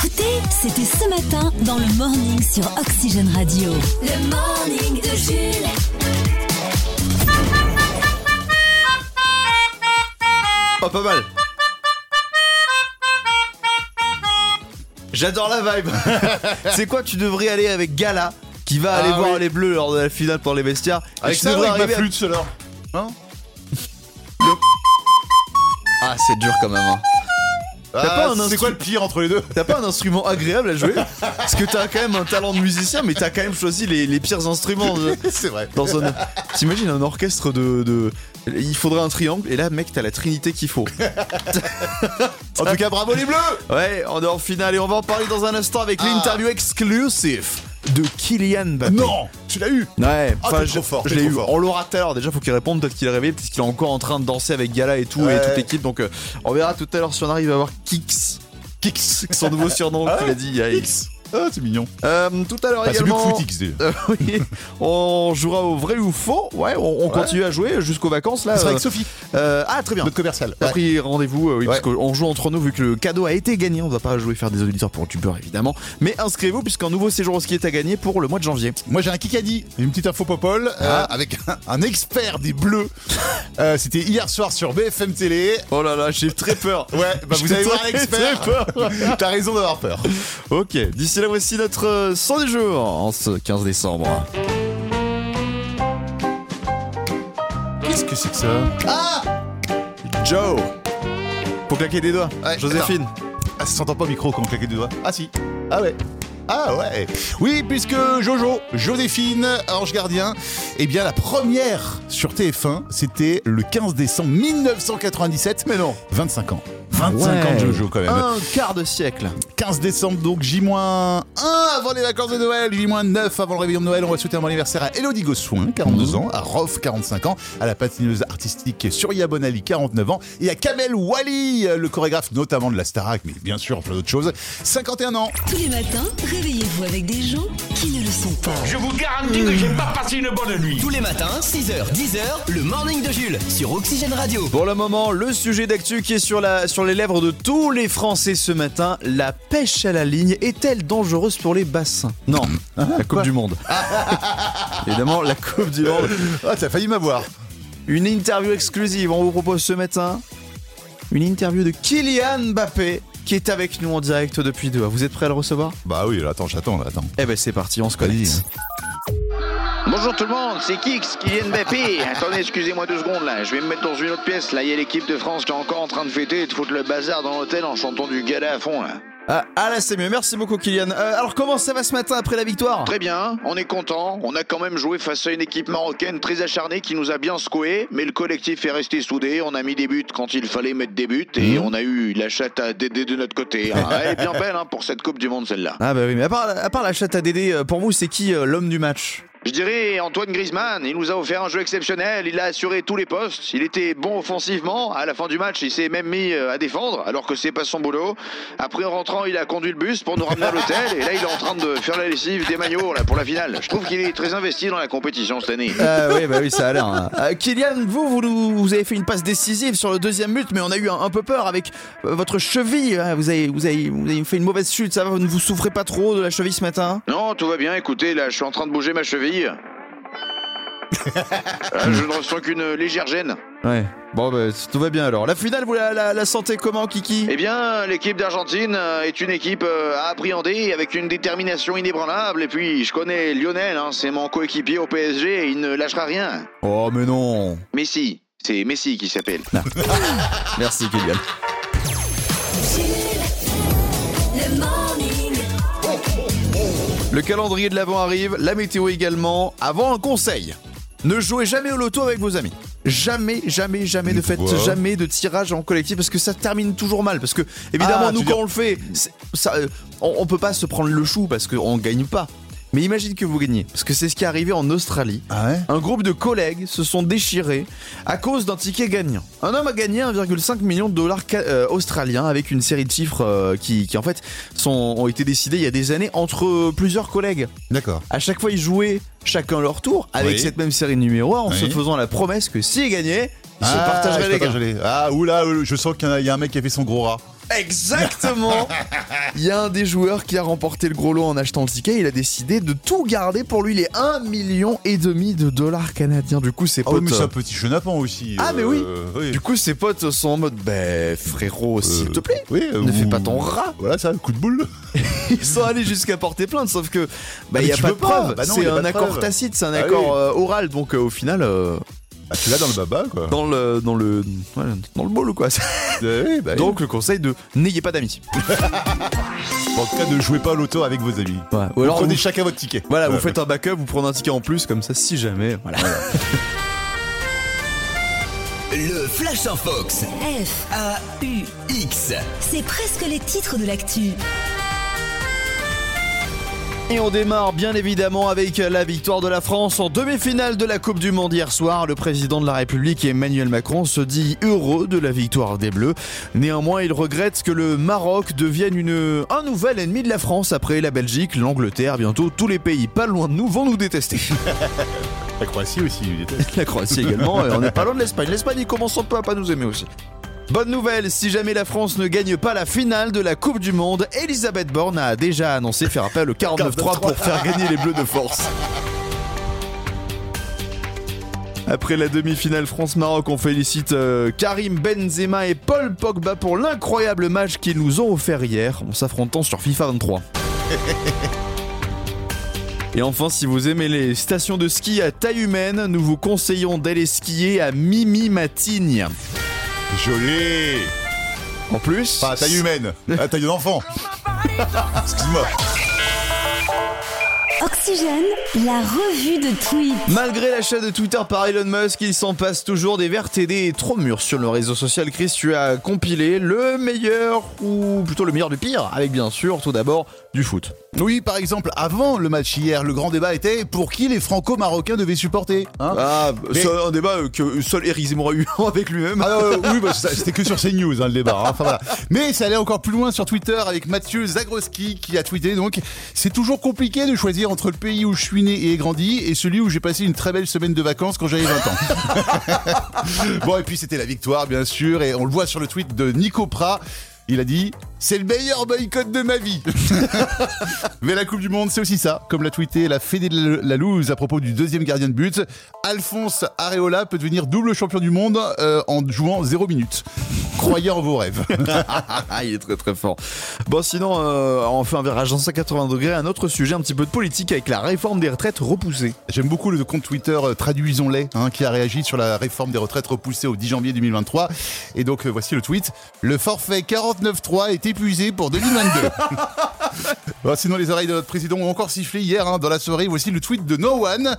C'était ce matin dans le morning sur Oxygène Radio. Le morning de Jules. Oh, pas mal. J'adore la vibe. C'est quoi Tu devrais aller avec Gala qui va aller Ah voir oui. les Bleus lors de la finale pour les vestiaires. Et Avec tu ça ou devrais avec ma arriver à- flûte, cela Hein Ah, c'est dur quand même. hein. pas Ah, un C'est instru- quoi le pire entre les deux T'as pas un instrument agréable à jouer Parce que t'as quand même un talent de musicien, mais t'as quand même choisi les, les pires instruments. euh, C'est vrai. Dans un... T'imagines un orchestre de, de- Il faudrait un triangle, et là, mec, t'as la trinité qu'il faut. En tout cas, bravo les bleus Ouais, on est en finale et on va en parler dans un instant Ah. avec l'interview exclusive de Kylian Mbappé. Non Tu l'as eu Ouais, Ah, enfin, t'es je- trop fort, je t'es l'ai trop eu. fort. On l'aura tout à l'heure. Déjà, faut qu'il réponde. Peut-être qu'il est réveillé, peut-être qu'il est encore en train de danser avec Gala et tout, et Ouais. toute l'équipe. Donc, euh, on verra tout à l'heure si on arrive à voir Kix. Kix, son nouveau surnom Ah, qu'il a dit. il y a- Ah, c'est mignon. Euh, tout à l'heure Bah, c'est mieux que également. Foot XD. Euh, oui, on jouera au vrai ou faux. Ouais, on, on continue à jouer jusqu'aux vacances là. C'est avec Euh, Sophie, euh, ah, très bien. notre commercial. On a pris rendez-vous, euh, oui, Ouais. parce qu'on joue entre nous vu que le cadeau a été gagné. On va pas jouer faire des auditeurs pour youtubeurs évidemment. Mais inscrivez-vous puisqu'un nouveau séjour au ski est à gagner pour le mois de janvier. Moi j'ai un Kikadi, une petite info popole, euh, avec un, un expert des bleus. Euh, C'était hier soir sur BFM Télé. Oh là là, j'ai très peur. Ouais, bah Je vous allez te voir fais l'expert. très T'as raison d'avoir peur. Ok, d'ici là voici notre euh, 100 des jours en ce 15 décembre. Qu'est-ce que c'est que ça Ah Joe Pour claquer des doigts. Ouais, Joséphine. Ah, ça s'entend pas au micro quand on claque du doigt. Ah si. Ah ouais. Ah ouais. Oui, puisque Jojo, Joséphine, Ange Gardien, eh bien la première sur TF1, c'était le 15 décembre 1997. Mais non. Ah, 25 ans. 25 ans de Ah Ouais. Jojo quand même. Un quart de siècle. 15 décembre, donc J-1 avant les vacances de Noël, J-9 avant le réveillon de Noël. On va souhaiter un bon anniversaire à Elodie Gossoin, 42 ans, à Rof, 45 ans, à la patineuse artistique Surya Bonali, 49 ans, et à Kamel Wali, euh, le chorégraphe notamment de la Starac, mais bien sûr plein d'autres choses, 51 ans. Tous les matins, réveillez-vous avec des gens qui ne le sont pas. Je vous garantis que j'ai pas passé une bonne nuit. Tous les matins, 6h, 10h, le morning de Jules sur Oxygène Radio. Pour le moment, le sujet d'actu qui est sur, la, sur les lèvres de tous les Français ce matin, la pêche à la ligne est-elle dangereuse pour les bassins Non, la Coupe du Monde. Évidemment, la Coupe du Monde. Ah, t'as failli m'avoir. Une interview exclusive, on vous propose ce matin une interview de Kylian Mbappé qui est avec nous en direct depuis deux. Vous êtes prêts à le recevoir Bah oui, là, attends, j'attends, là, attends. Eh ben c'est parti, on se connecte. Bonjour tout le monde, c'est Kix, Kylian Mbappé. Attendez, excusez-moi deux secondes là, je vais me mettre dans une autre pièce. Là, il y a l'équipe de France qui est encore en train de fêter et de foutre le bazar dans l'hôtel en chantant du gala à fond là. Ah, ah là c'est mieux, merci beaucoup Kylian. Euh, alors comment ça va ce matin après la victoire Très bien, on est content. On a quand même joué face à une équipe marocaine très acharnée qui nous a bien secoué, mais le collectif est resté soudé. On a mis des buts quand il fallait mettre des buts et on a eu la chatte à Dédé de notre côté. hein. Elle est bien belle hein, pour cette Coupe du Monde celle-là. Ah bah oui, mais à part, à part la chatte à Dédé, euh, pour vous c'est qui euh, l'homme du match Je dirais Antoine Griezmann, il nous a offert un jeu exceptionnel, il a assuré tous les postes, il était bon offensivement, à la fin du match il s'est même mis euh, à défendre alors que c'est pas son boulot. Après en rentrant il a conduit le bus pour nous ramener à l'hôtel et là il est en train de faire la lessive des maillots là, pour la finale. Je trouve qu'il est très investi dans la compétition cette année. Ah oui, bah oui, ça a l'air. hein. Euh, Kylian, vous, vous, nous- vous avez fait une passe décisive sur le deuxième but, mais on a eu un, un peu peur avec euh, votre cheville. hein. Vous, avez, vous, avez, vous avez fait une mauvaise chute, ça va, vous ne vous souffrez pas trop de la cheville ce matin Non tout va bien, écoutez là je suis en train de bouger ma cheville. Là, je ne ressens qu'une légère gêne. Ouais. Bon, bah, tout va bien alors. La finale, vous la, la, la sentez comment, Kiki Eh bien, l'équipe d'Argentine euh, est une équipe euh, à appréhender avec une détermination inébranlable. Et puis, je connais Lionel, hein, c'est mon coéquipier au PSG, et il ne lâchera rien. Oh, mais non Messi, c'est Messi qui s'appelle. Merci, Kylian. Le morning. Le calendrier de l'avant arrive, la météo également. Avant, un conseil ne jouez jamais au loto avec vos amis. Jamais, jamais, jamais, ne faites Pourquoi jamais de tirage en collectif parce que ça termine toujours mal. Parce que, évidemment, Ah, nous, tu quand dis- on le fait, c'est- ça, euh, on, on peut pas se prendre le chou parce qu'on gagne pas. Mais imagine que vous gagnez, parce que c'est ce qui est arrivé en Australie. Ah ouais Un groupe de collègues se sont déchirés à cause d'un ticket gagnant. Un homme a gagné 1,5 million de dollars ca- euh, australiens avec une série de chiffres euh, qui, qui, en fait sont, ont été décidés il y a des années entre plusieurs collègues. D'accord. À chaque fois ils jouaient chacun leur tour avec Oui. cette même série de numéros en se Oui. faisant la promesse que s'ils gagnaient, ils se Ah, partageraient je les gains. partagerai les- Ah, oula, je sens qu'il y en a- il y a un mec qui a fait son gros rat. Exactement Il y a un des joueurs qui a remporté le gros lot en achetant le ticket, il a décidé de tout garder pour lui, les 1 million et demi de dollars canadiens. Du coup, ses Ah oui, potes... mais c'est euh, un petit chenapan aussi. euh, Ah, mais oui. oui. du coup, ses potes sont en mode, ben frérot, s'il Euh, te plaît, oui, ne ou- fais pas ton rat. Voilà, ça, coup de boule. Ils sont allés jusqu'à porter plainte, sauf que bah, mais il n'y a tu pas peux de pas. preuve. Bah non, y c'est a pas un de accord preuve. tacite, c'est un Ah accord oui. euh, oral, donc euh, au final, euh, Ah, tu l'as dans le baba, quoi. dans le dans le ouais, dans le bol ou quoi. Euh, oui, bah oui. donc le conseil de n'ayez pas d'amis. en tout cas, ne jouez pas au loto avec vos amis. Ouais. Ou alors Prenez vous- chacun votre ticket. Euh, voilà, vous Ouais. bah faites un backup, vous prenez un ticket en plus, comme ça, si jamais. Voilà. Le Flash en Fox. F, A-U-X. c'est presque les titres de l'actu. Et on démarre bien évidemment avec la victoire de la France en demi-finale de la Coupe du Monde hier soir. Le président de la République Emmanuel Macron se dit heureux de la victoire des Bleus. Néanmoins, il regrette que le Maroc devienne une, un nouvel ennemi de la France après la Belgique, l'Angleterre, bientôt tous les pays pas loin de nous vont nous détester. La Croatie aussi, il était. La Croatie également, et on n'est pas loin de l'Espagne. L'Espagne, ils commencent un peu à pas nous aimer aussi. Bonne nouvelle, si jamais la France ne gagne pas la finale de la Coupe du Monde, Elisabeth Borne a déjà annoncé faire appel au 49-3 pour faire gagner les Bleus de force. Après la demi-finale France-Maroc, on félicite euh, Karim Benzema et Paul Pogba pour l'incroyable match qu'ils nous ont offert hier en s'affrontant sur FIFA 23. Et enfin, si vous aimez les stations de ski à taille humaine, nous vous conseillons d'aller skier à Mimi Matigne. Joli En plus, Pas à taille humaine, à taille d'enfant. Excuse-moi. Oxygène, la revue de tweets. malgré l'achat de Twitter par Elon Musk, il s'en passe toujours des vertes et des trop mûrs sur le réseau social. Chris, tu as compilé le meilleur ou plutôt le meilleur du pire, avec bien sûr tout d'abord du foot. Oui, par exemple, avant le match hier, le grand débat était pour qui les franco-marocains devaient supporter. hein Ah, Mais- c'est un débat euh, que seul Eric Zemmour a eu avec lui-même. Ah, euh, oui, bah, ça, c'était que sur CNews hein, le débat. hein. Enfin, voilà. Mais ça allait encore plus loin sur Twitter avec Mathieu Zagroski qui a tweeté donc c'est toujours compliqué de choisir entre le pays où je suis né et ai grandi et celui où j'ai passé une très belle semaine de vacances quand j'avais 20 ans. bon et puis c'était la victoire bien sûr et on le voit sur le tweet de Nico Pra. Il a dit c'est le meilleur boycott de ma vie. Mais la Coupe du Monde, c'est aussi ça. Comme l'a tweeté la Fédé de la Louse à propos du deuxième gardien de but, Alphonse Areola peut devenir double champion du monde euh, en jouant 0 minutes. Croyez en vos rêves. Ah, il est très très fort. Bon, sinon, euh, on fait un virage en 180 degrés. Un autre sujet, un petit peu de politique avec la réforme des retraites repoussée. J'aime beaucoup le compte Twitter euh, Traduisons-les hein, qui a réagi sur la réforme des retraites repoussée au 10 janvier 2023. Et donc euh, voici le tweet. Le forfait 49.3 est épuisé pour 2022. Bon, Ah, sinon les oreilles de notre président ont encore sifflé hier hein, dans la soirée. Voici le tweet de No One.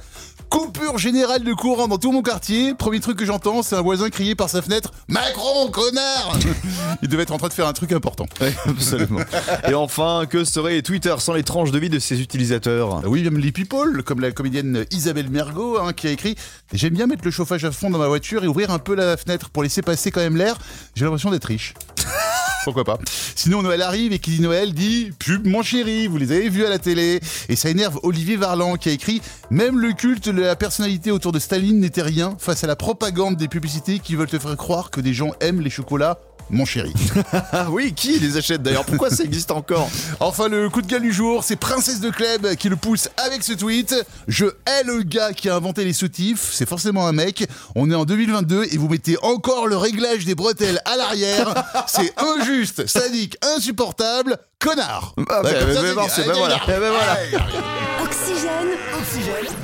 Coupure générale de courant dans tout mon quartier. Premier truc que j'entends, c'est un voisin crier par sa fenêtre Macron, connard Il devait être en train de faire un truc important. Absolument. Et enfin, que serait Twitter sans les tranches de vie de ses utilisateurs Ah Oui, j'aime les people, comme la comédienne Isabelle Mergot, hein, qui a écrit J'aime bien mettre le chauffage à fond dans ma voiture et ouvrir un peu la fenêtre pour laisser passer quand même l'air. J'ai l'impression d'être riche. Pourquoi pas Sinon, Noël arrive et qui dit Noël dit Pub, mon chéri, vous les avez vus à la télé. Et ça énerve Olivier Varlan qui a écrit Même le culte de la personnalité autour de Staline n'était rien face à la propagande des publicités qui veulent te faire croire que des gens aiment les chocolats, mon chéri. Ah oui, qui les achète d'ailleurs Pourquoi ça existe encore Enfin, le coup de gueule du jour, c'est Princesse de Cleb qui le pousse avec ce tweet. Je hais le gars qui a inventé les soutifs, c'est forcément un mec. On est en 2022 et vous mettez encore le réglage des bretelles à l'arrière. c'est injuste, sadique, insupportable, connard. Ah, Bah, ben, comme ça, ben, c'est ben, c'est- ben dit. Ah, gna, voilà, gna. ben, ben voilà. Oxygène, Oxygène,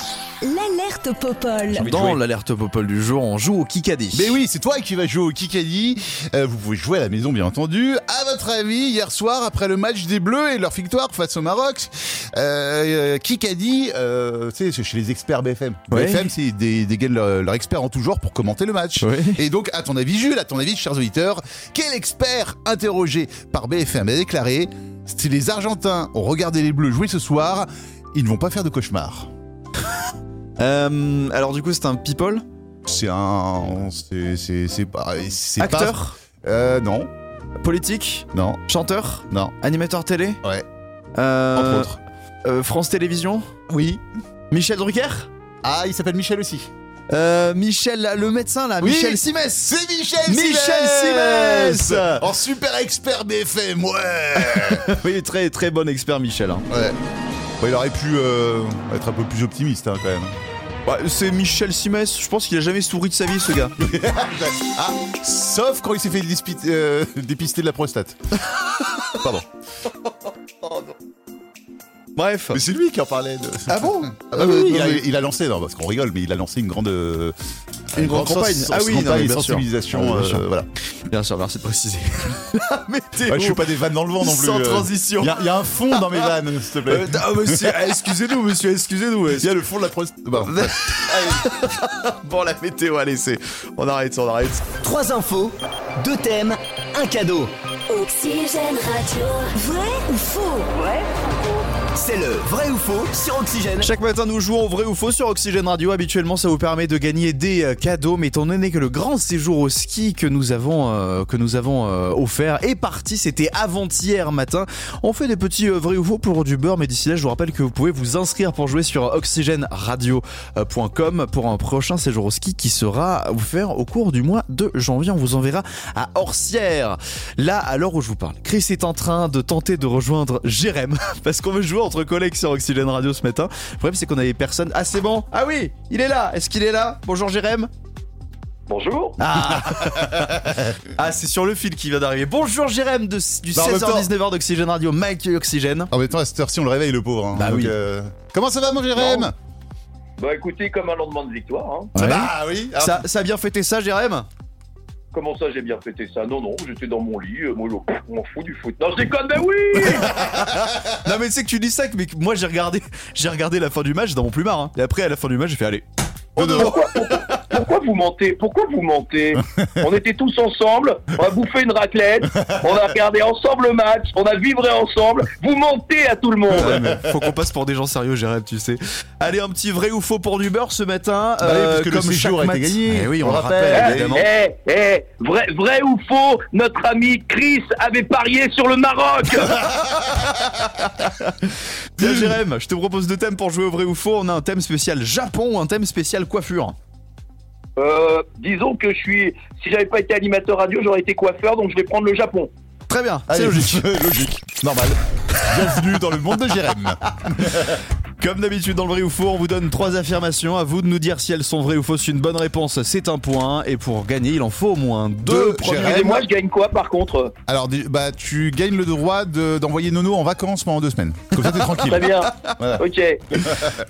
l'alerte Popol. Dans l'alerte Popol du jour, on joue au Kikadi. Mais oui, c'est toi qui vas jouer au Kikadi. Euh, vous pouvez jouer à la maison, bien entendu. À votre avis, hier soir, après le match des Bleus et leur victoire face au Maroc, euh, euh, Kikadi, euh, tu sais, c'est chez les experts BFM. Ouais. BFM, c'est des, des gars, leurs leur experts en tout genre pour commenter le match. Ouais. Et donc, à ton avis, Jules, à ton avis, chers auditeurs, quel expert interrogé par BFM a déclaré si les Argentins ont regardé les Bleus jouer ce soir, ils ne vont pas faire de cauchemar. Euh, alors du coup, c'est un people C'est un, c'est, c'est, c'est pas, c'est pas- Acteur Euh, non, Politique non, Chanteur non. Animateur télé Ouais. Euh, Entre autres. euh, France Télévisions Oui. Michel Drucker Ah, il s'appelle Michel aussi. Euh, Michel, là, le médecin là, Oui. Michel Simès. C'est Michel Michel Simès Simès En super expert BFM, ouais Oui, très très bon expert Michel. hein. Ouais. Bah, il aurait pu euh, être un peu plus optimiste hein, quand même. Bah, c'est Michel Simès, je pense qu'il a jamais souri de sa vie ce gars. Ah, sauf quand il s'est fait dispi- euh, dépister de la prostate. Pardon. Bref. Mais c'est lui qui en parlait. De... Ah bon Ah bah, Oui, euh, oui, il, a, oui. il a lancé, non, parce qu'on rigole, mais il a lancé une grande. euh, Une grande sens- campagne. sens- Ah oui, non, campagne mais de bien sûr. sensibilisation. Ah oui, bien euh, sûr. voilà. Bien sûr, merci de préciser. La météo. Ouais, je suis pas des vannes dans le vent non plus. Sans euh. transition. Il y, a- il y a un fond dans mes vannes, s'il te plaît. Euh, ah, monsieur, ah, excusez-nous, monsieur, excusez-nous. il y a le fond de la prostate. Bon. Bon, la météo, allez, c'est. On arrête, on arrête. Trois infos, deux thèmes, un cadeau. Oxygène Radio. Vrai ou faux C'est le vrai ou faux sur Oxygène. Chaque matin, nous jouons au vrai ou faux sur Oxygène Radio. Habituellement, ça vous permet de gagner des euh, cadeaux, mais étant donné que le grand séjour au ski que nous avons, euh, que nous avons euh, offert est parti, c'était avant-hier matin, on fait des petits euh, vrai ou faux pour du beurre, mais d'ici là, je vous rappelle que vous pouvez vous inscrire pour jouer sur euh, oxygèneradio.com pour un prochain séjour au ski qui sera offert au cours du mois de janvier. On vous enverra à Orsières. Là, à l'heure où je vous parle, Chris est en train de tenter de rejoindre Jérém parce qu'on veut jouer entre collègues sur Oxygène Radio ce matin. Le problème, c'est qu'on avait personne. Ah, c'est bon Ah oui Il est là Est-ce qu'il est là Bonjour Jérém Bonjour. Ah Ah, c'est sur le fil qui vient d'arriver. Bonjour Jérém de, du Bah, en même 16h-19h d'Oxygène Radio, Mike Oxygène. En même temps, Ah, à cette heure-ci, on le réveille, le pauvre. hein. Bah Donc, oui. euh, Comment ça va, mon Jérém Non. Bah écoutez, comme un lendemain de victoire. hein. Ouais. Bah oui. Ah, Ça, ça a bien fêté ça, Jérém Comment ça j'ai bien fêté ça Non, non, j'étais dans mon lit, euh, moi je m'en fous du foot. Non, je déconne, mais oui Non, mais tu sais que tu dis ça, mais que moi j'ai regardé, j'ai regardé la fin du match dans mon plumard. hein. Et après, à la fin du match, j'ai fait allez. Oh non, non. pourquoi, pourquoi- pourquoi vous mentez Pourquoi vous mentez On était tous ensemble, on a bouffé une raclette, on a regardé ensemble le match, on a vibré ensemble. Vous mentez à tout le Ouais, monde mais faut qu'on passe pour des gens sérieux, Jérém, tu sais. Allez, un petit vrai ou faux pour du beurre ce matin. euh, Bah oui, parce que le comme séjour chaque a été mat- gagné. Eh oui, on, On le rappelle, rappelle, Eh, évidemment. eh, eh, vrai, vrai ou faux, notre ami Chris avait parié sur le Maroc Tiens, Jérém, je te propose deux thèmes pour jouer au vrai ou faux. On a un thème spécial Japon ou un thème spécial coiffure. Euh, disons que je suis. Si j'avais pas été animateur radio, j'aurais été coiffeur, donc je vais prendre le Japon. Très bien, c'est allez, logique. logique. Normal. Bienvenue dans le monde de Jérém. Comme d'habitude, dans le vrai ou faux, on vous donne trois affirmations. À vous de nous dire si elles sont vraies ou fausses. Une bonne réponse, c'est un point. Et pour gagner, il en faut au moins deux. Deux, premiers Jérém. Et éléments. moi, je gagne quoi par contre Alors, dis- bah, tu gagnes le droit de- d'envoyer Nono en vacances pendant deux semaines. Comme ça, t'es Bah Très tranquille. bien. Voilà. Ok.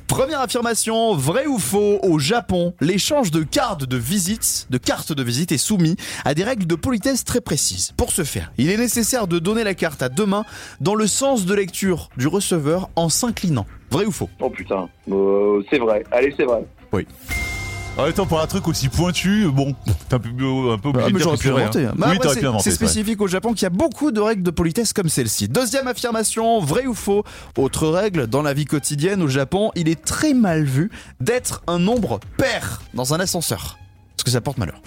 Première affirmation, vrai ou faux, au Japon, l'échange de cartes de visite, de cartes de visite est soumis à des règles de politesse très précises. Pour ce faire, il est nécessaire de donner la carte à deux mains dans le sens de lecture du receveur en s'inclinant. Vrai ou faux Oh putain. Euh, c'est vrai. Allez, c'est vrai. En même temps, pour un truc aussi pointu, bon, t'es un peu, euh, un peu Ah, obligé de dire que c'est vrai, hein. Bah, Oui, après, t'aurais c'est- pu inventer. C'est c'est vrai. spécifique au Japon qu'il y a beaucoup de règles de politesse comme celle-ci. Deuxième affirmation, vrai ou faux Autre règle, dans la vie quotidienne au Japon, il est très mal vu d'être un nombre pair dans un ascenseur. Parce que ça porte malheur.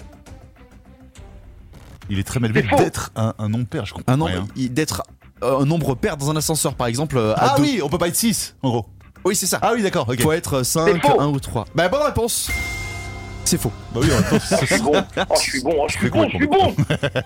Il est très mal vu C'est faux. d'être un, un nom de père, je comprends. un nombre, rien. il- d'être euh, un nombre pair dans un ascenseur par exemple euh, à Ah deux. oui, on peut pas être 6, en gros. oui c'est ça Ah oui, d'accord, ok. faut être 5 C'est faux. 1 ou 3 bah bonne réponse c'est faux Bah oui, en même temps, c'est- Je suis bon. Oh, je suis bon. oh, je suis bon. Je suis bon.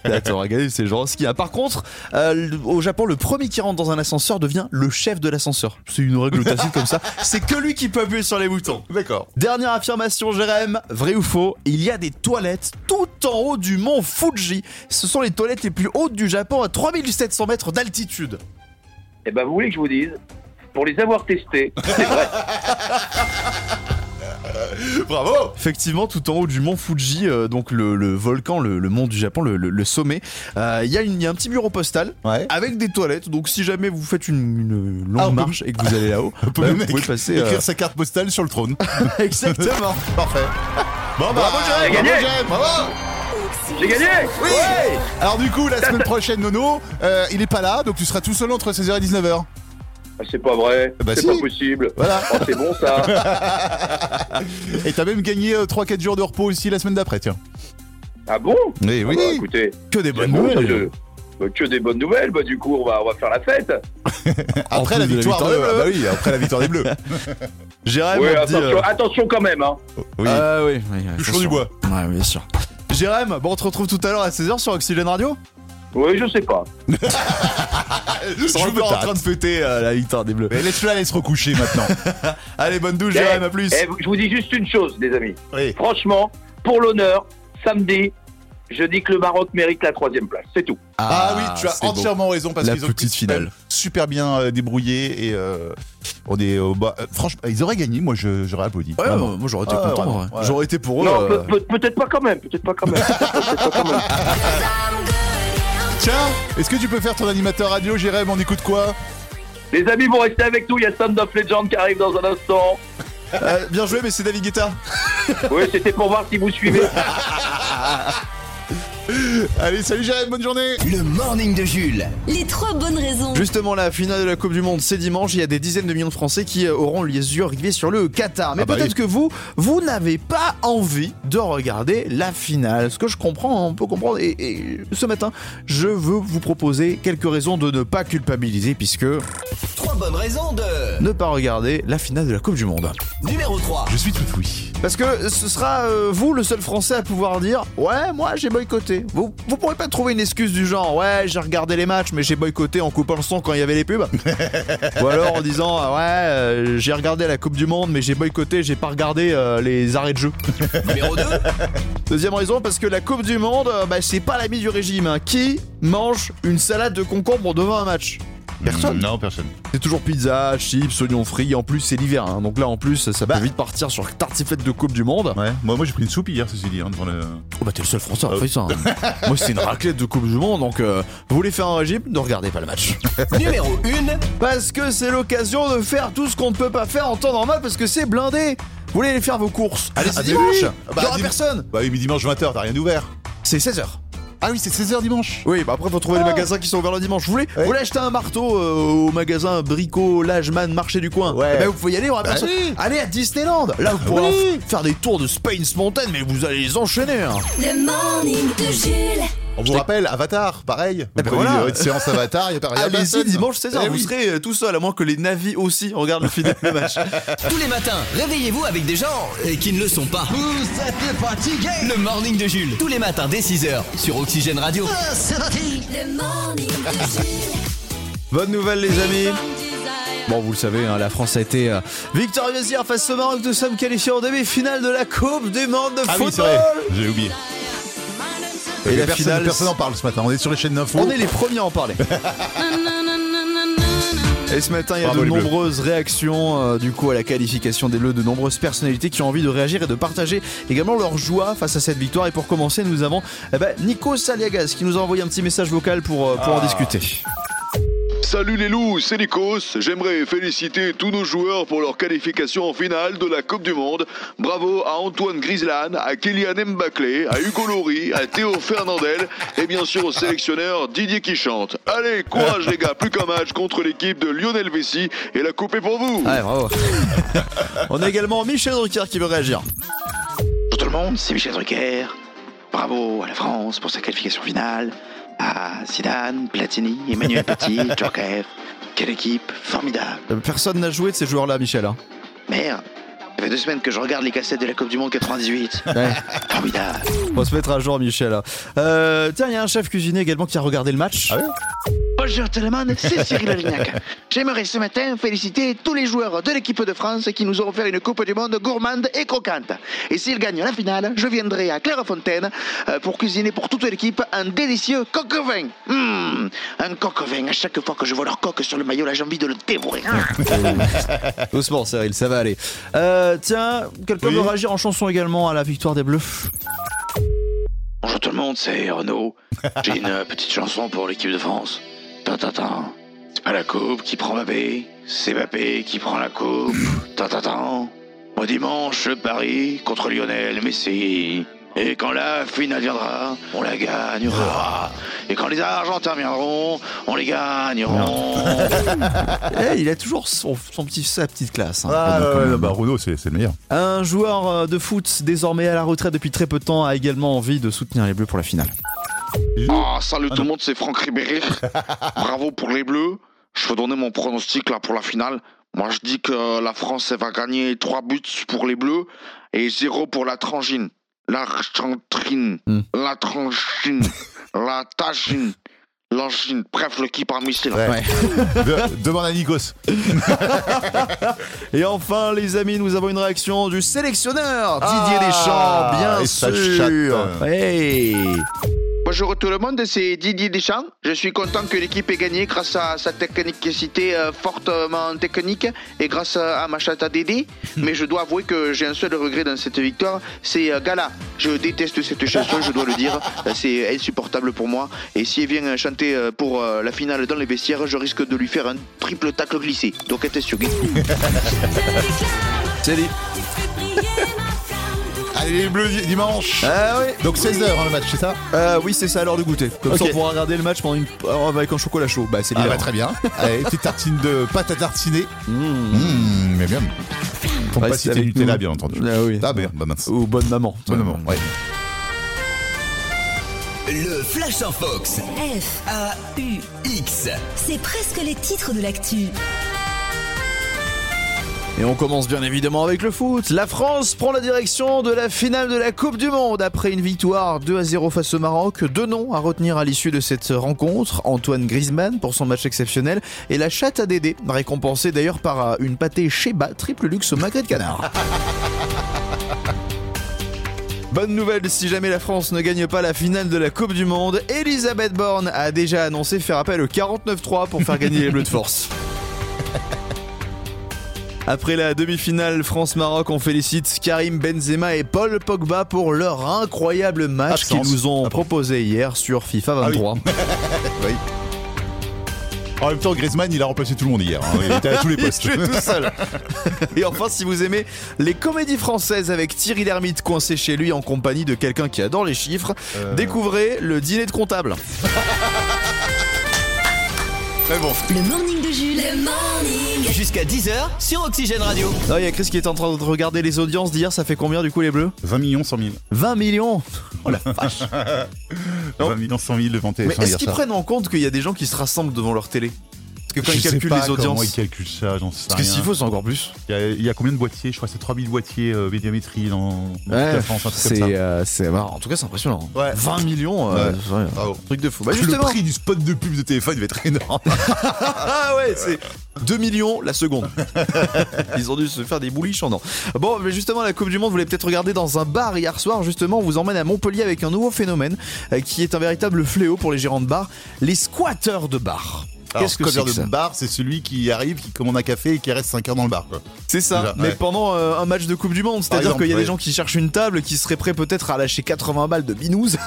attends regardez c'est genre ce qu'il y a par contre euh, le- au Japon le premier qui rentre dans un ascenseur devient le chef de l'ascenseur c'est une règle tacite comme ça c'est que lui qui peut appuyer sur les boutons D'accord. Dernière affirmation, Jérém, vrai ou faux, il y a des toilettes tout en haut du mont Fuji. Ce sont les toilettes les plus hautes du Japon à 3700 mètres d'altitude. Eh ben, vous voulez que je vous dise Pour les avoir testés, c'est vrai. Bravo Effectivement, tout en haut du mont Fuji, euh, donc le, le volcan, le, le mont du Japon, le, le- le sommet, euh, il y, a une- il y a un petit bureau postal Ouais. avec des toilettes. Donc si jamais vous faites une, une longue Ah, on peut- marche et que vous allez là-haut, bah, vous pouvez passer. euh, écrire sa carte postale sur le trône. Exactement. Parfait. Bon, bah, bravo, Jérém Bravo, J'ai gagné. Jérém Bravo J'ai gagné. Oui Alors, du coup, la semaine prochaine, Nono, euh, il est pas là, donc tu seras tout seul entre 16h et 19h. Ah, C'est pas vrai. Bah, c'est si. pas possible. Voilà. Oh, c'est bon ça. Et t'as même gagné euh, 3-4 jours de repos ici la semaine d'après, tiens. Ah bon Oui, oui. Ah, bah, écoutez, Que des c'est bonnes bon, ça, nouvelles. je- bah, que des bonnes nouvelles. Bah, du coup, on va, on va faire la fête. En Après plus la de la victoire victoire de- des euh, Bleus. bah oui, après la victoire des Bleus. Jérém, Ouais, on te dit, attention, euh, attention quand même. Hein. Oui. Ah oui, oui, oui, Bûcheron attention. du bois. Ouais, bien sûr. Jérém, bon, on te retrouve tout à l'heure à 16h sur Oxygène Radio. Oui, je sais pas. Je Ils sont vous encore en tâte. train de fêter euh, la victoire des Bleus. Mais Laisse-le aller se recoucher maintenant. Allez, bonne douche, Jérém, à plus. Eh, je vous dis juste une chose, les amis. Oui. Franchement, pour l'honneur, samedi, je dis que le Maroc mérite la troisième place. C'est tout. Ah, oui, tu as c'est beau. entièrement raison parce La qu'ils ont petite été finale. super bien euh, débrouillés et euh, on est au bas. euh, franchement, ils auraient gagné, moi je- j'aurais applaudi. Ouais, Vraiment. moi, moi, j'aurais été Ah, Oh, content. vraiment, euh, ouais. voilà. J'aurais été pour eux. non, euh, peut- peut- peut-être pas quand même. Peut-être pas quand même. peut-être pas quand même. Tiens, est-ce que tu peux faire ton animateur radio, Jérém On écoute quoi Les amis, vous restez avec nous. Il y a Sound of Legend qui arrive dans un instant. euh, bien joué, mais c'est David Guetta. Oui, c'était pour voir si vous suivez. Allez, salut Jérém, bonne journée Le morning de Jules. Les trois bonnes raisons. Justement, la finale de la Coupe du Monde, c'est dimanche. Il y a des dizaines de millions de Français qui euh, auront les yeux rivés sur le Qatar. Mais Ah bah peut-être oui. que vous, vous n'avez pas envie de regarder la finale. Ce que je comprends, hein, on peut comprendre. Et, et ce matin, je veux vous proposer quelques raisons de ne pas culpabiliser, puisque Trois bonnes raisons de. ne pas regarder la finale de la Coupe du Monde. Numéro 3. Je suis tout oui. Parce que ce sera euh, vous le seul Français à pouvoir dire ouais moi j'ai boycotté. Vous vous pourrez pas trouver une excuse du genre ouais j'ai regardé les matchs mais j'ai boycotté en coupant le son quand il y avait les pubs. Ou alors en disant Ah ouais euh, j'ai regardé la Coupe du Monde mais j'ai boycotté j'ai pas regardé euh, les arrêts de jeu. Numéro 2. Deuxième raison parce que la Coupe du Monde euh, bah, c'est pas l'ami du régime. hein. Qui mange une salade de concombre devant un match Personne. Non, personne. C'est toujours pizza, chips, oignons frits. En plus c'est l'hiver hein. donc là en plus ça peut Bah. vite partir sur tartiflette de Coupe du Monde. Ouais, moi, moi j'ai pris une soupe hier, ceci dit, hein, devant le. Oh bah t'es le seul français à faire ça. hein. Moi c'est une raclette de Coupe du Monde donc euh, vous voulez faire un régime Ne regardez pas le match. Numéro 1. Parce que c'est l'occasion de faire tout ce qu'on ne peut pas faire en temps normal parce que c'est blindé. Vous voulez aller faire vos courses Allez c'est Ah, dimanche. oui. Il y Bah, aura dim- personne. Bah oui, mais dimanche 20h, t'as rien ouvert. C'est 16h. Ah oui, c'est 16h dimanche. Oui, bah après faut trouver les magasins qui sont ouverts le dimanche. Vous voulez, vous voulez acheter un marteau euh, au magasin Brico, Lageman, marché du coin Ouais. Eh ben, vous pouvez y aller, on va Bah personne. oui. Allez Ah à Disneyland. Là vous pourrez Oui. f- faire des tours de Space Mountain mais vous allez les enchaîner. hein. Le morning de Jules. On vous rappelle, Avatar, pareil. Vous ben prenez voilà. euh, une séance Avatar, il n'y a pas rien. Allez-y personne. dimanche 16h, Eh vous oui. serez euh, tout seul, à moins que les navis aussi regardent le final de match. Tous les matins, réveillez-vous avec des gens euh, qui ne le sont pas. Vous êtes fatigués. Le morning de Jules. Tous les matins dès 6h sur Oxygène Radio. Le morning de Jules. Bonne nouvelle les amis Bon, vous le savez, hein, la France a été euh, victorieuse hier face au Maroc. Nous sommes qualifiés en demi-finale de la Coupe du Monde de Ah oui, c'est football. vrai, j'ai oublié. Et Mais la personne, finale, personne en parle ce matin. On est sur les chaînes d'infos. on est les premiers à en parler. Et ce matin, il y a Bravo, de les Bleus. nombreuses réactions euh, du coup à la qualification des Bleus, de nombreuses personnalités qui ont envie de réagir et de partager également leur joie face à cette victoire. Et pour commencer, nous avons eh ben, Nico Saliagas qui nous a envoyé un petit message vocal pour, euh, Ah. pour en discuter. Salut les loups, c'est Nikos. J'aimerais féliciter tous nos joueurs pour leur qualification en finale de la Coupe du Monde. Bravo à Antoine Griezmann, à Kylian Mbappé, à Hugo Lloris, à Théo Fernandel et bien sûr au sélectionneur Didier qui chante. Allez, courage les gars, plus qu'un match contre l'équipe de Lionel Messi et la coupe est pour vous. Ouais, bravo. On a également Michel Drucker qui veut réagir. Bonjour tout le monde, c'est Michel Drucker. Bravo à la France pour sa qualification finale. À Zidane, Platini, Emmanuel Petit, Djokovic. Quelle équipe formidable. Euh, Personne n'a joué de ces joueurs-là, Michel. hein. Merde, ça fait deux semaines que je regarde les cassettes de la Coupe du Monde 98. Ouais. Formidable. On se mettre à jour, Michel. Euh, tiens, il y a un chef cuisinier également qui a regardé le match. Ah Bonjour tout le monde, c'est Cyril Lignac. J'aimerais ce matin féliciter tous les joueurs de l'équipe de France qui nous ont offert une Coupe du Monde gourmande et croquante. Et s'ils gagnent la finale, je viendrai à Clairefontaine euh, pour cuisiner pour toute l'équipe un délicieux coq au vin. Mmh, un coq au vin, à chaque fois que je vois leur coq sur le maillot, là j'ai envie de le dévorer. Doucement, Cyril, ça va aller. Euh, tiens, quelqu'un Oui. veut réagir en chanson également à la victoire des Bleus. Bonjour tout le monde, c'est Renaud. J'ai une euh, petite chanson pour l'équipe de France. Tintintin. C'est pas la coupe qui prend Mbappé, c'est Mbappé qui prend la coupe. Tintintin. Au dimanche, Paris contre Lionel Messi. Et quand la finale viendra, on la gagnera. Et quand les Argentins viendront, on les gagneront. Eh, il a toujours son, son petit, sa petite classe. hein, quand même, Ah, quand ouais, même. ouais, bah Renaud, c'est c'est le meilleur. Un joueur euh, de foot désormais à la retraite depuis très peu de temps a également envie de soutenir les Bleus pour la finale. Ah, salut tout le monde, c'est Franck Ribéry. Bravo pour les Bleus. Je peux donner mon pronostic là pour la finale. Moi, je dis que la France elle va gagner 3 buts pour les Bleus et 0 pour la Trangine. L'Argentine, Hmm. la Trangine, la Tagine, l'Angine. Bref, le qui par missile. Ouais. Ouais. De- demande à Nikos. Et enfin, les amis, nous avons une réaction du sélectionneur Didier Ah, Deschamps, bien et sa sûr. chatte. Hey. Bonjour tout le monde, c'est Didier Deschamps. Je suis content que l'équipe ait gagné grâce à sa technicité euh, fortement technique et grâce à ma chatte à Dédé. Mais je dois avouer que j'ai un seul regret dans cette victoire, c'est euh, Gala. Je déteste cette chanson, je dois le dire. Euh, C'est insupportable pour moi. Et si elle vient euh, chanter euh, pour euh, la finale dans les vestiaires, je risque de lui faire un triple tacle glissé. Donc, attention. C'est dit. Allez, les bleus di- dimanche. Ah oui. Donc 16h hein, le match, c'est ça Ah oui, c'est ça à l'heure du goûter. Comme ça, Ok. on pourra regarder le match pendant une... oh, avec un chocolat chaud. Bah, c'est Ah l'hiver. bah, très bien. Allez, petite tartine de pâte à tartiner. Mmh. Mmh, mais bien. Pour ne Reste pas citer Bah, avec Nutella, nous. bien entendu. Ah oui. Ah bah, bah mince. Ou bonne maman. Bon moment, ouais. Le Flash en Fox. F, A-U-X. c'est presque les titres de l'actu. Et on commence bien évidemment avec le foot. La France prend la direction de la finale de la Coupe du Monde après une victoire 2 à 0 face au Maroc. Deux noms à retenir à l'issue de cette rencontre. Antoine Griezmann pour son match exceptionnel et la chatte à Dédé, récompensée d'ailleurs par euh, une pâtée Sheba triple luxe au magret de canard. Bonne nouvelle, si jamais la France ne gagne pas la finale de la Coupe du Monde, Elisabeth Borne a déjà annoncé faire appel au 49-3 pour faire gagner les Bleus de force. Après la demi-finale France-Maroc, on félicite Karim Benzema et Paul Pogba pour leur incroyable match qu'ils Absence. nous ont Ah bon. proposé hier sur FIFA Ah oui. 23. En même temps, Griezmann, il a remplacé tout le monde hier. hein. Il était à tous les postes. tout seul. et enfin, si vous aimez les comédies françaises avec Thierry Lhermitte coincé chez lui en compagnie de quelqu'un qui adore les chiffres, Euh. découvrez le dîner de comptable. Très bon. Le morning de Jules. Le morning. Jusqu'à 10h sur Oxygène Radio. Ah, il y a Chris qui est en train de regarder les audiences d'hier, ça fait combien du coup les bleus 20 millions 100 000. 20 millions Non. 20 millions 100 000 devant TF1 Mais est-ce hier qu'ils soir. prennent en compte qu'il y a des gens qui se rassemblent devant leur télé Parce que quand Je ils sais calculent pas les Comment audiences. ils calculent ça J'en sais Parce que rien. s'il faut, c'est encore plus. Il y, a, il y a combien de boîtiers Je crois que c'est 3000 boîtiers euh, médiamétrie dans, dans toute la France, un truc comme ça. c'est euh, c'est marrant. En tout cas, c'est impressionnant. Ouais. 20 millions, euh, Ouais. c'est vrai. Bravo. truc de fou. Bah, le justement. prix du spot de pub de téléphone va être énorme. Ah ouais, c'est 2 millions la seconde. Ils ont dû se faire des bouliches en an. Bon, mais justement, la Coupe du Monde, vous l'avez peut-être regardé dans un bar hier soir. Justement, on vous emmène à Montpellier avec un nouveau phénomène euh, qui est un véritable fléau pour les gérants de bar les squatteurs de bar. Alors, Qu'est-ce que c'est squatter que ça de bar, c'est celui qui arrive, qui commande un café et qui reste 5 heures dans le bar. quoi. C'est ça, Déjà, mais ouais. pendant euh, un match de Coupe du Monde, c'est-à-dire exemple, qu'il y a des ouais. gens qui cherchent une table qui seraient prêts peut-être à lâcher 80 balles de binouze.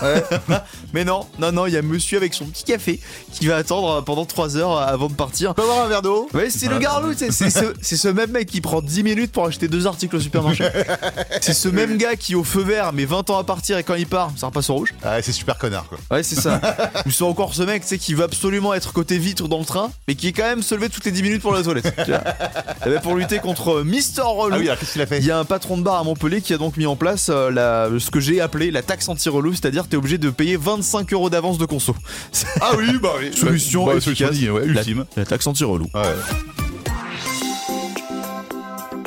mais non, non, non, il y a monsieur avec son petit café qui va attendre euh, pendant 3 heures avant de partir. On peut avoir un verre d'eau Ouais, c'est le garlou, c'est c'est ce, c'est ce même mec qui prend 10 minutes pour acheter deux articles au supermarché. c'est ce même gars qui, au feu vert, met 20 ans à partir et quand il part, ça repasse en rouge. Ah, c'est super connard quoi. Ouais, c'est ça. Ou c'est encore ce mec, tu sais, qui veut absolument être côté vitre dans le train, mais qui est quand même se lever toutes les 10 minutes pour la toilette. tu vois. Eh ben, pour lutter contre Mister Relou. Ah oui, alors qu'est-ce qu'il a fait Il y a un patron de bar à Montpellier qui a donc mis en place euh, la, ce que j'ai appelé la taxe anti-relou, c'est-à-dire t'es obligé de payer 25 euros d'avance de conso. Ah oui, bah oui. Solution Bah, efficace. dit, ouais, La- ultime. La, taxe anti-relou. Ah Ouais.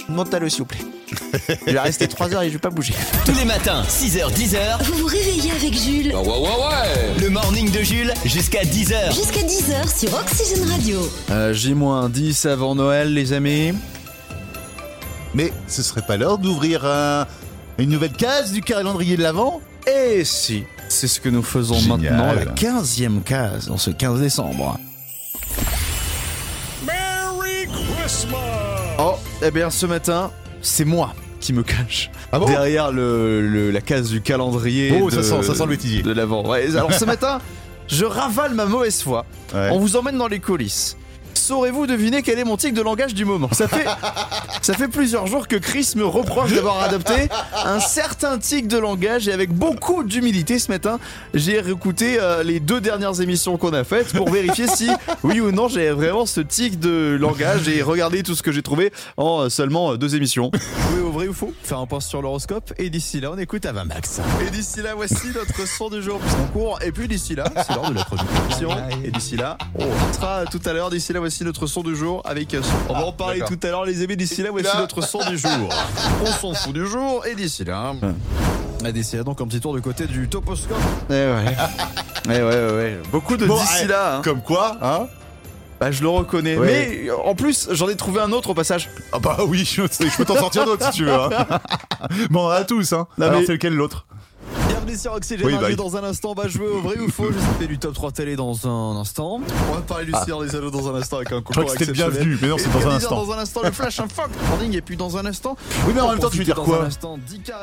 Monte-le s'il vous plaît. Je vais rester 3 heures et je vais pas bouger. Tous les matins, 6h, 10h. Vous vous réveillez avec Jules. Le morning de Jules jusqu'à 10h. Jusqu'à 10h sur Oxygène Radio. Euh, J-10 avant Noël, les amis. Mais ce serait pas l'heure d'ouvrir un- une nouvelle case du calendrier de l'Avent Et si c'est ce que nous faisons Génial. maintenant, la 15e case, en ce 15 décembre. Oh, eh bien ce matin, c'est moi qui me cache Ah bon derrière le, le- la case du calendrier. Oh, de, ça sent- ça sent le bêtisier. De l'avant. Ouais, alors ce matin, je ravale ma mauvaise foi. Ouais. On vous emmène dans les coulisses. Saurez-vous deviner quel est mon tic de langage du moment Ça fait ça fait plusieurs jours que Chris me reproche d'avoir adopté un certain tic de langage et avec beaucoup d'humilité ce matin, j'ai réécouté euh, les deux dernières émissions qu'on a faites pour vérifier si oui ou non j'ai vraiment ce tic de langage et regardé tout ce que j'ai trouvé en euh, seulement euh, deux émissions. Vous pouvez ouvrir, ou faux, faire un point sur l'horoscope. Et d'ici là, on écoute à 20 max. Et d'ici là, voici notre son du jour en cours. Et puis d'ici là, c'est l'heure de la chronique fiction. Et d'ici là, on rentrera tout à l'heure. D'ici là, voici notre son du jour avec. euh, On va en parler tout à l'heure, les amis. D'ici là, voici Là. notre son du jour. On s'en fout du jour. Et d'ici là. Et d'ici là, donc un petit tour du côté du toposcope. Et ouais. Eh ouais, ouais, ouais. Beaucoup de Bon, d'ici eh, là. hein. Comme quoi, hein Bah, je le reconnais. Ouais. Mais en plus, j'en ai trouvé un autre au passage. Ah bah oui, je, je peux t'en sortir d'autres si tu veux. hein. bon, à tous, hein. Non, Alors mais- c'est lequel l'autre Bienvenue sur Oxygène Oui, bah Radio. oui. dans un instant, on va jouer au vrai ou faux. Je vous appelle du top 3 télé dans un instant. On va parler du Seigneur des Anneaux dans un instant avec un Je crois concours que c'était le exceptionnel. bienvenu, mais non, Et c'est dans un Deezer instant. Dans un instant, le flash info. Morning et puis dans un instant. Oui, mais en même temps, tu veux veux dire quoi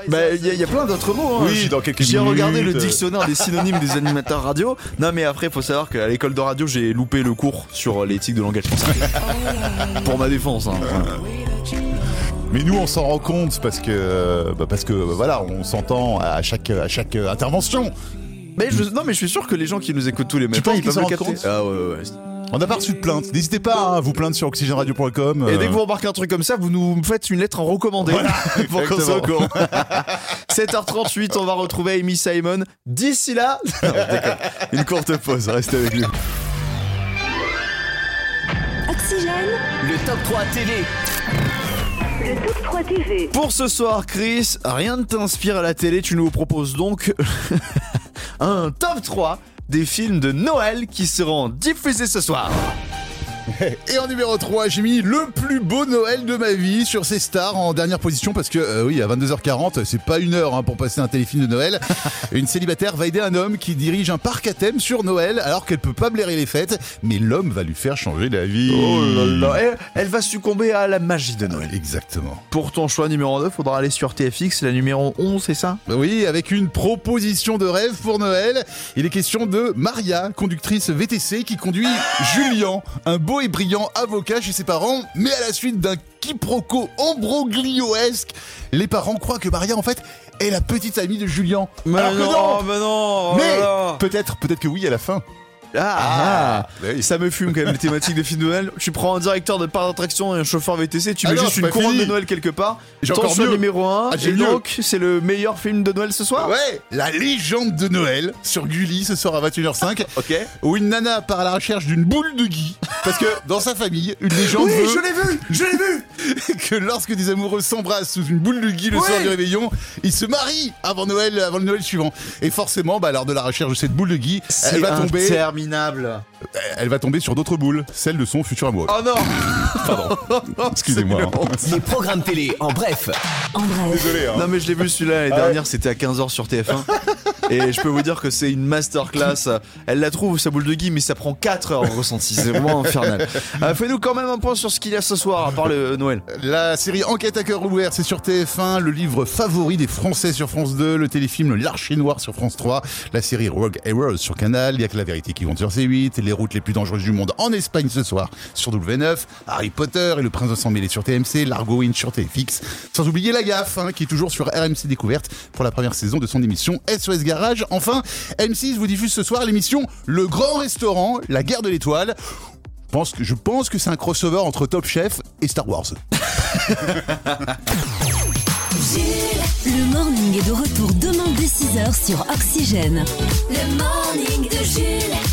Bah, il y, a- il y a plein d'autres mots. hein. Oui, J'ai- dans quelques J'ai minutes, regardé le euh. dictionnaire des synonymes des animateurs radio. Non, mais après, faut savoir qu'à l'école de radio, j'ai loupé le cours sur l'éthique de langage. Pour ma défense. hein. Mais nous, on s'en rend compte parce que, euh, bah, parce que bah, voilà, on s'entend à chaque, à chaque euh, intervention. Mais je, non, mais je suis sûr que les gens qui nous écoutent tous les matins, penses ils qu'ils peuvent le s'en rendent capter. compte Ah ouais, ouais, ouais. On n'a pas reçu de plainte. N'hésitez pas hein, à vous plaindre sur oxygenradio.com. Et dès que euh, vous remarquez un truc comme ça, vous nous faites une lettre en recommandé. pour qu'on soit au courant. 7h38, on va retrouver Amy Simon. D'ici là, Non, je déconne. une courte pause, restez avec nous. Oxygène, Le top 3 télé. le top 3 TV. Pour ce soir, Chris, rien ne t'inspire à la télé, tu nous proposes donc un top 3 des films de Noël qui seront diffusés ce soir. Et en numéro 3, j'ai mis le plus beau Noël de ma vie sur ces stars en dernière position parce que, euh, oui, à 22h40, c'est pas une heure hein, pour passer un téléfilm de Noël. une célibataire va aider un homme qui dirige un parc à thème sur Noël alors qu'elle peut pas blairer les fêtes, mais l'homme va lui faire changer la vie. Oh là là, elle, elle va succomber à la magie de Noël. Exactement. Pour ton choix numéro 2, faudra aller sur TFX, la numéro 11, c'est ça Oui, avec une proposition de rêve pour Noël. Il est question de Maria, conductrice VTC, qui conduit Julien, un beau et brillant avocat chez ses parents, mais à la suite d'un quiproquo ambroglioesque, les parents croient que Maria, en fait, est la petite amie de Julien. Alors que non mais non oh Mais là là. peut-être, peut-être que oui à la fin. Ah, bah oui. Ça me fume quand même les thématiques des films de Noël. Tu prends un directeur de parc d'attraction et un chauffeur VTC, tu Ah mets non, juste c'est une pas couronne fini. de Noël quelque part. J'ai Ton encore choix mieux. numéro 1, Ah, j'ai et mieux. donc c'est le meilleur film de Noël ce soir Ouais, la légende de Noël sur Gulli ce soir à 21h05 Ah, Ok. où une nana part à la recherche d'une boule de Guy parce que dans sa famille une légende veut vu Je l'ai vu que lorsque des amoureux s'embrassent sous une boule de gui le Oui. soir du réveillon, ils se marient avant Noël, euh, avant le Noël suivant. Et forcément, bah, lors de la recherche de cette boule de gui, elle va tomber, interminable. elle va tomber sur d'autres boules, celle de son futur amoureux. Oh non Excusez-moi. hein. Les programmes télé, en bref. En bref, Désolé. hein. Non mais je l'ai vu celui-là l'année dernière, c'était à 15h sur TF1. Et je peux vous dire que c'est une masterclass. Elle la trouve, sa boule de gui, mais ça prend 4 heures au ressenti. C'est vraiment infernal. Euh, Fais-nous quand même un point sur ce qu'il y a ce soir, à part le euh, Noël. La série Enquête à cœur ouvert, c'est sur TF1, le livre favori des Français sur France 2, le téléfilm L'Archer Noir sur France 3, la série Rogue Heroes sur Canal, il y a que la vérité qui compte sur C8, les routes les plus dangereuses du monde en Espagne ce soir sur W9, Harry Potter et le prince de sang mêlé sur TMC, Largo In sur TFX, sans oublier La Gaffe, hein, qui est toujours sur RMC Découverte pour la première saison de son émission SOS Garage. Enfin, M6 vous diffuse ce soir l'émission Le Grand Restaurant, la guerre de l'étoile. Je pense que- Je pense que c'est un crossover entre Top Chef et Star Wars. le morning est de retour demain dès 6h sur Oxygène. Le morning de Jules.